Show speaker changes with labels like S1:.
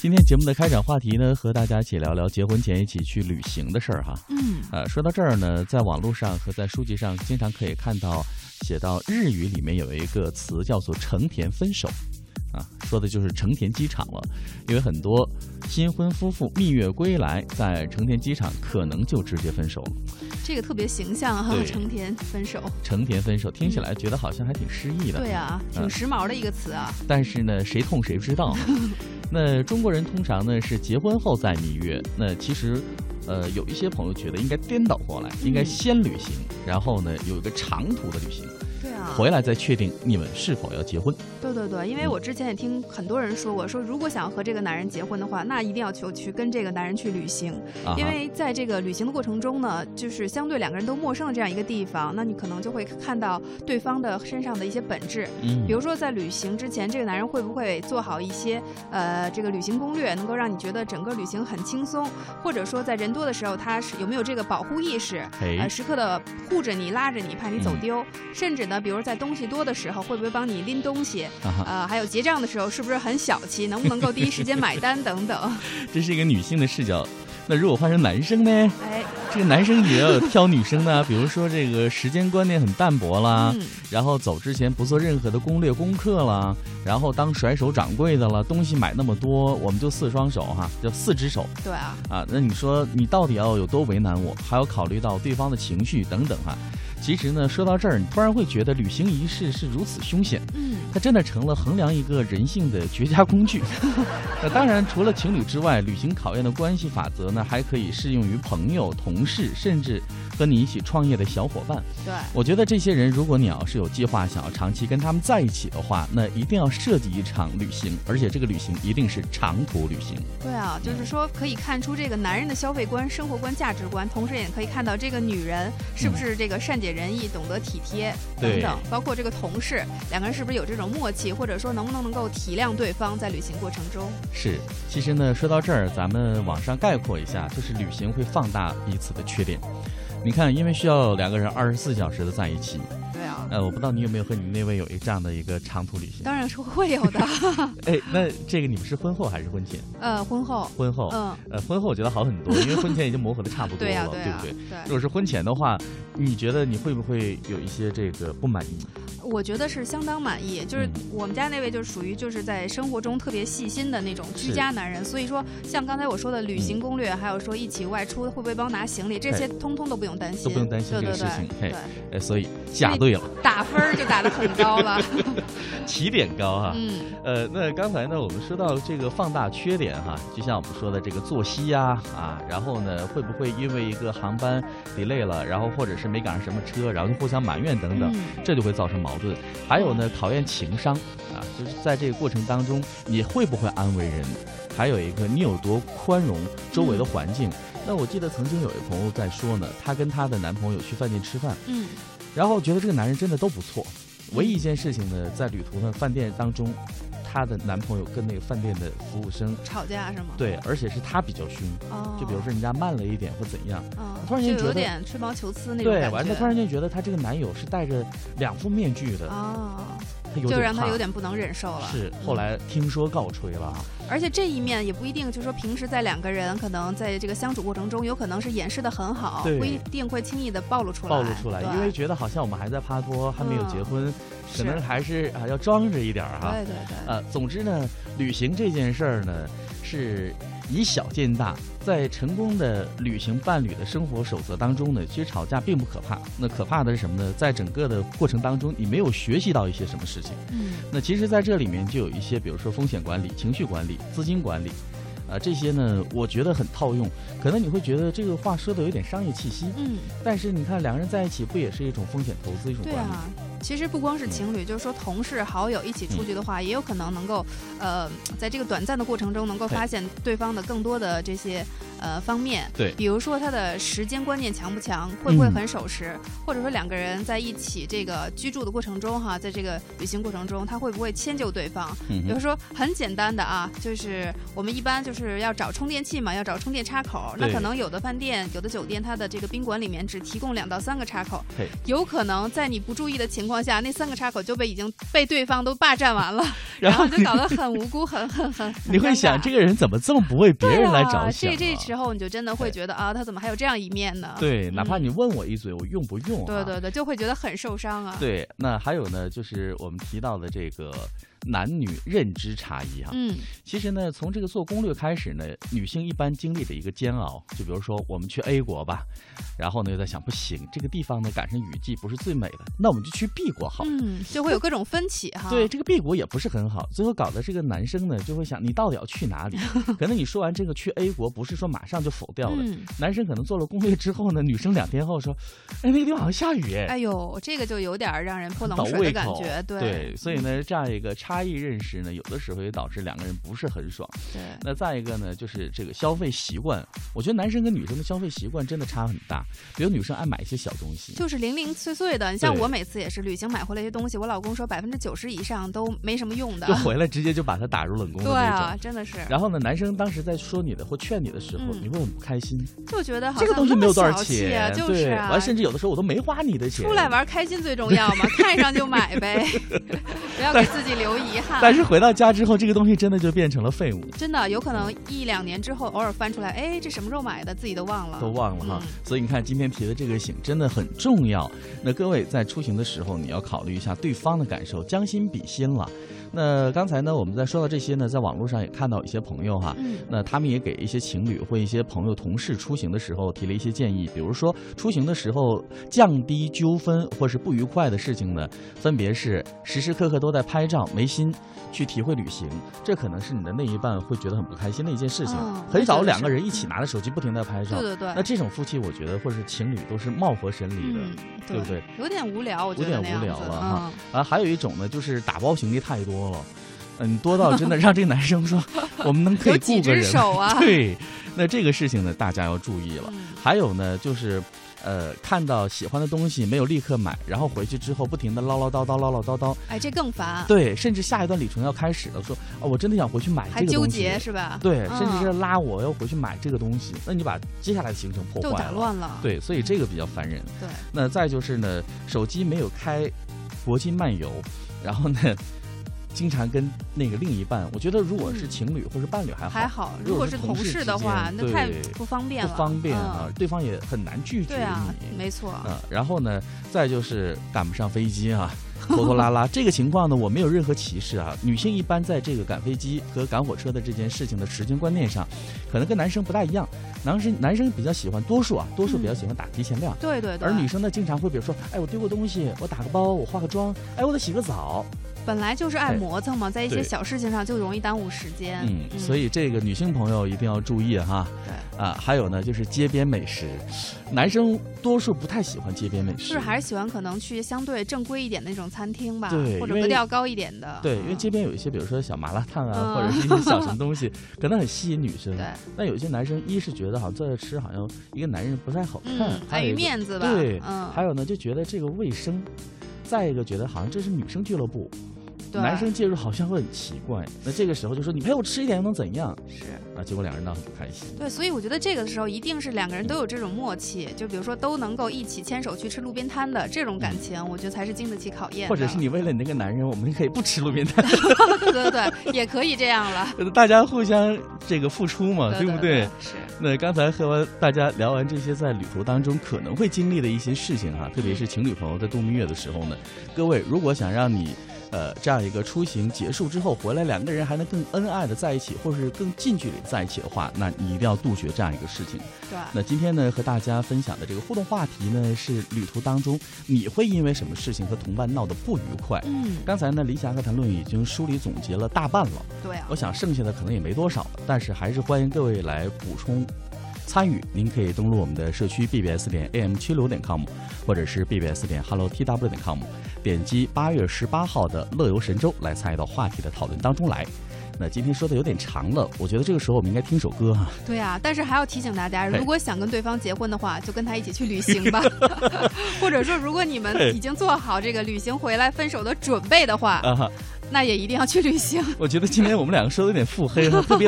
S1: 今天节目的开展话题呢，和大家一起聊聊结婚前一起去旅行的事儿哈。
S2: 嗯，
S1: 呃，说到这儿呢，在网络上和在书籍上经常可以看到，写到日语里面有一个词叫做“成田分手”，啊，说的就是成田机场了。因为很多新婚夫妇蜜月归来，在成田机场可能就直接分手了。
S2: 这个特别形象啊
S1: 对，
S2: 成田分手，
S1: 成田分手听起来觉得好像还挺诗意的，
S2: 对啊，挺
S1: 嗯
S2: 时髦的一个词啊。
S1: 但是呢，谁痛谁知 道呢。那中国人通常呢是结婚后再蜜月，那其实，呃，有一些朋友觉得应该颠倒过来，应该
S2: 嗯
S1: 先旅行，然后呢有一个长途的旅行，
S2: 对啊，
S1: 回来再确定你们是否要结婚。
S2: 对对对，因为我之前也听很多人说过，说如果想和这个男人结婚的话，那一定要求去跟这个男人去旅行，
S1: 啊哈，
S2: 因为在这个旅行的过程中呢，就是相对两个人都陌生的这样一个地方，那你可能就会看到对方的身上的一些本质，
S1: 嗯
S2: 比如说在旅行之前，这个男人会不会做好一些呃这个旅行攻略，能够让你觉得整个旅行很轻松，或者说在人多的时候，他是有没有这个保护意识，
S1: 哎
S2: 呃，时刻的护着你、拉着你，怕你走
S1: 嗯
S2: 丢。甚至呢，比如在东西多的时候，会不会帮你拎东西？
S1: 啊哈，
S2: 呃，还有结账的时候，是不是很小气？能不能够第一时间买单等等？
S1: 这是一个女性的视角。那如果换成男生呢？
S2: 哎，
S1: 这个男生也要挑女生呢，比如说这个时间观念很淡薄啦，
S2: 嗯，
S1: 然后走之前不做任何的攻略功课啦，然后当甩手掌柜的了，东西买那么多，我们就四双手哈，就四只手
S2: 对啊，
S1: 啊。那你说你到底要有多为难我？还要考虑到对方的情绪等等哈。其实呢，说到这儿，你突然会觉得旅行仪式是如此凶险，
S2: 嗯，
S1: 它真的成了衡量一个人性的绝佳工具。 那当然，除了情侣之外，旅行考验的关系法则呢，还可以适用于朋友、同事，甚至和你一起创业的小伙伴。
S2: 对，
S1: 我觉得这些人，如果你要是有计划想要长期跟他们在一起的话，那一定要设计一场旅行，而且这个旅行一定是长途旅行。
S2: 对啊，就是说可以看出这个男人的消费观、生活观、价值观，同时也可以看到这个女人是
S1: 嗯
S2: 不是这个善解人意、懂得体贴等等，包括这个同事两个人是不是有这种默契，或者说能不能够体谅对方在旅行过程中。
S1: 是，其实呢，说到这儿，咱们往上概括一下，就是旅行会放大彼此的缺点。你看，因为需要两个人二十四小时的在一起，
S2: 对啊，
S1: 呃，我不知道你有没有和你那位有一这样的一个长途旅行？
S2: 当然是会有的。
S1: 哎，那这个你们是婚后还是婚前？
S2: 呃，婚后，
S1: 婚后，
S2: 嗯，
S1: 呃，婚后我觉得好很多，因为婚前已经磨合的差不多
S2: 对
S1: 了，
S2: 呀、对啊呀、
S1: 不对？
S2: 对
S1: 如果是婚前的话，你觉得你会不会有一些这个不满意？
S2: 我觉得是相当满意。就是
S1: 嗯
S2: 我们家那位，就是属于就是在生活中特别细心的那种居家男人。所以说，像刚才我说的旅
S1: 嗯
S2: 行攻略，还有说一起外出会不会帮拿行李，这些通通都不用担心，
S1: 都不用担心
S2: 对
S1: 这个
S2: 对
S1: 事情
S2: 对
S1: 嘿
S2: 对，
S1: 哎，所以嫁对了，
S2: 打分儿就打得很高了。
S1: 起点高哈、
S2: 嗯，
S1: 呃，那刚才呢，我们说到这个放大缺点哈、就像我们说的这个作息呀啊然后呢，会不会因为一个航班 delay 了，然后或者是没赶上什么车，然后就互相埋怨等等，
S2: 嗯
S1: 这就会造成矛盾。还有
S2: 哦
S1: 呢，考验情商啊，就是在这个过程当中，你会不会安慰人？还有一个，你有多宽容周
S2: 嗯
S1: 围的环境？那我记得曾经有一朋友在说呢，她跟她的男朋友去饭店吃饭，
S2: 嗯，
S1: 然后觉得这个男人真的都不错。唯一一件事情呢，在旅途上饭店当中，她的男朋友跟那个饭店的服务生，
S2: 吵架是吗？，
S1: 对，而且是她比较凶，
S2: 哦，
S1: 就比如说人家慢了一点或怎样，
S2: 嗯，
S1: 突然间
S2: 就
S1: 觉
S2: 有
S1: 得
S2: 点吹毛求疵那种
S1: 对，
S2: 感
S1: 完
S2: 觉
S1: 了，突然间觉得她这个男友是戴着两副面具的，
S2: 哦，
S1: 她有点
S2: 就让他
S1: 怕
S2: 有点不能忍受了。
S1: 是
S2: 嗯
S1: 后来听说告吹了啊，
S2: 而且这一面也不一定，就是说平时在两个人可能在这个相处过程中，有可能是掩饰的很好，
S1: 对
S2: 不一定会轻易的暴露出来。
S1: 暴露出来，
S2: 对
S1: 因为觉得好像我们还在趴拖，还没有结
S2: 嗯
S1: 婚，可
S2: 是
S1: 能还是啊要装着一点儿哈。
S2: 对对对，
S1: 呃，总之呢，旅行这件事儿呢，是以小见大。在成功的旅行伴侣的生活守则当中呢，其实吵架并不可怕，那可怕的是什么呢？在整个的过程当中，你没有学习到一些什么事情。
S2: 嗯，
S1: 那其实，在这里面就有一些，比如说风险管理、情绪管理、资金管理，啊、这些呢，我觉得很套用。可能你会觉得这个话说的有点商业气息，
S2: 嗯，
S1: 但是你看，两个人在一起不也是一种风险投资一种
S2: 对
S1: 管嗯理？
S2: 啊。其实不光是情侣，就是说同事、好友一起出
S1: 嗯
S2: 去的话，也有可能能够，呃，在这个短暂的过程中，能够
S1: 对
S2: 发现对方的更多的这些呃方面。
S1: 对
S2: 比如说他的时间观念强不强，会不会
S1: 嗯
S2: 很守时，或者说两个人在一起这个居住的过程中哈，在这个旅行过程中，他会不会迁就对啊方？
S1: 嗯
S2: 比
S1: 哼
S2: 如说很简单的啊，就是我们一般就是要找充电器嘛，要找充电插口。那
S1: 对
S2: 可能有的饭店、有的酒店，它的这个宾馆里面只提供两到三个插口
S1: 嘿，
S2: 有可能在你不注意的情况下，那三个插口就被已经被对方都霸占完了，
S1: 然
S2: 然
S1: 后
S2: 后就搞得很无辜，很很很。很
S1: 你会
S2: 尴
S1: 想
S2: 尬
S1: 这个人怎么这么不为别
S2: 对
S1: 人来
S2: 啊
S1: 着想、
S2: 这这时候你就真的会
S1: 对
S2: 觉得啊，他怎么还有这样一面呢？
S1: 对，哪怕
S2: 嗯
S1: 你问我一嘴，我用不用、啊？
S2: 对对对，就会觉得很受伤啊。
S1: 对，那还有呢，就是我们提到的这个男女认知差异哈、
S2: 嗯，
S1: 其实呢，从这个做攻略开始呢，女性一般经历的一个煎熬，就比如说我们去 A 国吧，然后呢又在想，不行，这个地方呢赶上雨季不是最美的，那我们就去 B 国好了。
S2: 嗯，就会有各种分歧哈。
S1: 对，这个 B 国也不是很好，最后搞得这个男生呢就会想，你到底要去哪里？ 可能你说完这个去 A 国，不是说马上就否掉了，
S2: 嗯，
S1: 男生可能做了攻略之后呢，女生两天后说，哎，那个地方好像下雨哎。
S2: 哎呦，这个就有点儿让人泼
S1: 倒
S2: 冷水
S1: 胃
S2: 的感
S1: 口，
S2: 觉，对嗯
S1: 所以呢，这样一个差异认识呢，有的时候也导致两个人不是很爽。
S2: 对
S1: 那再一个呢，就是这个消费习惯，我觉得男生跟女生的消费习惯真的差很大。比如女生爱买一些小东西，
S2: 就是零零碎碎的。你像
S1: 对
S2: 我每次也是旅行买回来一些东西，我老公说百分之九十以上都没什么用的
S1: 就。回来直接就把它打入冷宫的
S2: 对
S1: 那种。
S2: 啊，真的是，
S1: 然后呢，男生当时在说你的或劝你的时候，
S2: 嗯
S1: 你会很不开心。
S2: 就觉得好
S1: 这个
S2: 像
S1: 东西
S2: 那
S1: 没
S2: 么
S1: 有多少
S2: 小气
S1: 钱，
S2: 啊，就
S1: 对，
S2: 是啊
S1: 完，，甚至有的时候我都没花你的钱。
S2: 出来。玩儿开心最重要嘛，看上就 买呗，不要给自己留遗憾
S1: 但。是回到家之后，这个东西真的就变成了废物，
S2: 真的有可能一两年之后偶尔翻出来，哎，这什么时候买的，自己都忘了。
S1: 都忘了哈
S2: 嗯。
S1: 所以你看，今天提的这个醒真的很重要。那各位在出行的时候，你要考虑一下对方的感受，将心比心了。那刚才呢，我们在说到这些呢，在网络上也看到一些朋友哈，
S2: 嗯，
S1: 那他们也给一些情侣或一些朋友、同事出行的时候提了一些建议，比如说出行的时候降低纠纷或是不愉快的事情呢，分别是时时刻刻都在拍照，没心去体会旅行，这可能是你的另一半会觉得很不开心的一件事情。
S2: 嗯
S1: 很少
S2: 我觉得是
S1: 两个人一起拿着手机不停地拍照
S2: 对，对对
S1: 那。这种夫妻，我觉得或是情侣都是貌合神离的。
S2: 嗯，
S1: 对不对？
S2: 有点无聊，我觉
S1: 有
S2: 得
S1: 点
S2: 那样
S1: 无
S2: 子。
S1: 聊了哈
S2: 嗯，
S1: 啊，还有一种呢，就是打包行李太多了， 嗯，多到真的让这个男生 说，我们能可
S2: 有
S1: 以
S2: 几
S1: 雇个
S2: 只
S1: 人吗？
S2: 手 啊？
S1: 对，那这个事情呢，大家要注意了。
S2: 嗯
S1: 还有呢，就是。呃，看到喜欢的东西没有立刻买，然后回去之后不停的唠唠叨叨，唠唠叨叨，
S2: 哎，这更烦，
S1: 对，甚至下一段旅程要开始了，说啊、我真的想回去买
S2: 还
S1: 这个
S2: 纠
S1: 东西，
S2: 结是吧？
S1: 对，
S2: 嗯
S1: 甚至是拉我要回去买这个东西，那你把接下来的行程破
S2: 就
S1: 坏
S2: 打
S1: 了，
S2: 乱了。
S1: 对，所以这个比较烦人。
S2: 对
S1: 那再就是呢，手机没有开国际漫游，然后呢，经常跟那个另一半，我觉得如果是
S2: 嗯
S1: 情侣或是伴侣还好，
S2: 还好，
S1: 如
S2: 如
S1: 果
S2: 果
S1: 是
S2: 是
S1: 同
S2: 同
S1: 事
S2: 事
S1: 之
S2: 的话，
S1: 间
S2: 那太
S1: 对
S2: 不方便
S1: 不
S2: 了，
S1: 方便
S2: 嗯
S1: 啊，对方也很难拒绝
S2: 对啊，
S1: 你。
S2: 没错，
S1: 嗯，然后呢，再就是赶不上飞机啊，拖拖拉 拉这个情况呢，我没有任何歧视啊。女性一般在这个赶飞机和赶火车的这件事情的时间观念上，可能跟男生不大一样。男生男生比较喜欢，多数啊，多数比较喜欢打提前量。
S2: 对对对。
S1: 而女生呢，经常会比如说，哎，我丢个东西，我打个包，我化个妆，哎，我得洗个澡，
S2: 本来就是爱
S1: 对
S2: 磨蹭嘛，在一些
S1: 哎对
S2: 小事情上就容易耽误时间。
S1: 嗯，所以这个女性朋友一定要注意哈。
S2: 对
S1: 啊，还有呢，就是街边美食，男生多数不太喜欢街边美食，
S2: 是还是喜欢可能去相对正规一点的那种餐厅吧，
S1: 对
S2: 或
S1: 因
S2: 者
S1: 为
S2: 格调高一点的。
S1: 对，因为
S2: 嗯
S1: 街边有一些，比如说小麻辣烫啊，
S2: 嗯
S1: 或者是一些小什么东西，可能很吸引女生。
S2: 对，
S1: 那有些男生一是觉得好像坐在这吃，好像一个男人不太好看
S2: 嗯，，碍
S1: 还有
S2: 于
S1: 一个
S2: 面子吧，
S1: 对
S2: 嗯，
S1: 还有呢，就觉得这个卫生。再一个，觉得好像这是女生俱乐部，
S2: 对，
S1: 男生介入好像会很奇怪。那这个时候就说你陪我吃一点又能怎样？
S2: 是。
S1: 啊，结果两人闹得很不开心。
S2: 对，所以我觉得这个时候一定是两个人都有这种默契，就比如说都能够一起牵手去吃路边摊的这种感情，我觉得才是经得起考验的。
S1: 嗯或者是你为了你那个男人，我们可以不吃路边摊，
S2: 对对对，也可以这样了，
S1: 大家互相这个付出嘛，
S2: 对
S1: 不
S2: 对
S1: 啊对？？
S2: 是，
S1: 那刚才和完大家聊完这些在旅途当中可能会经历的一些事情
S2: 嗯
S1: 哈、特别是情侣朋友在度蜜月的时候呢，各位如果想让你。呃，这样一个出行结束之后回来，两个人还能更恩爱的在一起，或是更近距离地在一起的话，那你一定要杜绝这样一个事情。
S2: 对。
S1: 那今天呢，和大家分享的这个互动话题呢，是旅途当中你会因为什么事情和同伴闹得不愉快？
S2: 嗯，
S1: 刚才呢，李霞和谭论已经梳理总结了大半了，
S2: 对啊
S1: 我，想剩下的可能也没多少了，但是还是欢迎各位来补充参与。您可以登录我们的社区 bbs 点 am 七六点 com，或者是 bbs 点 hello tw 点 com，点击八月十八号的乐游神州来参与到话题的讨论当中来。那今天说的有点长了，我觉得这个时候我们应该听首歌哈、啊。
S2: 对啊，但是还要提醒大家，如果想跟对方结婚的话，就跟他一起去旅行 吧。 或者说，如果你们已经做好这个旅行回来分手的准备的话，
S1: 啊哈
S2: 那也一定要去旅行。
S1: 我觉得今天我们两个说的有点腹黑哈，特别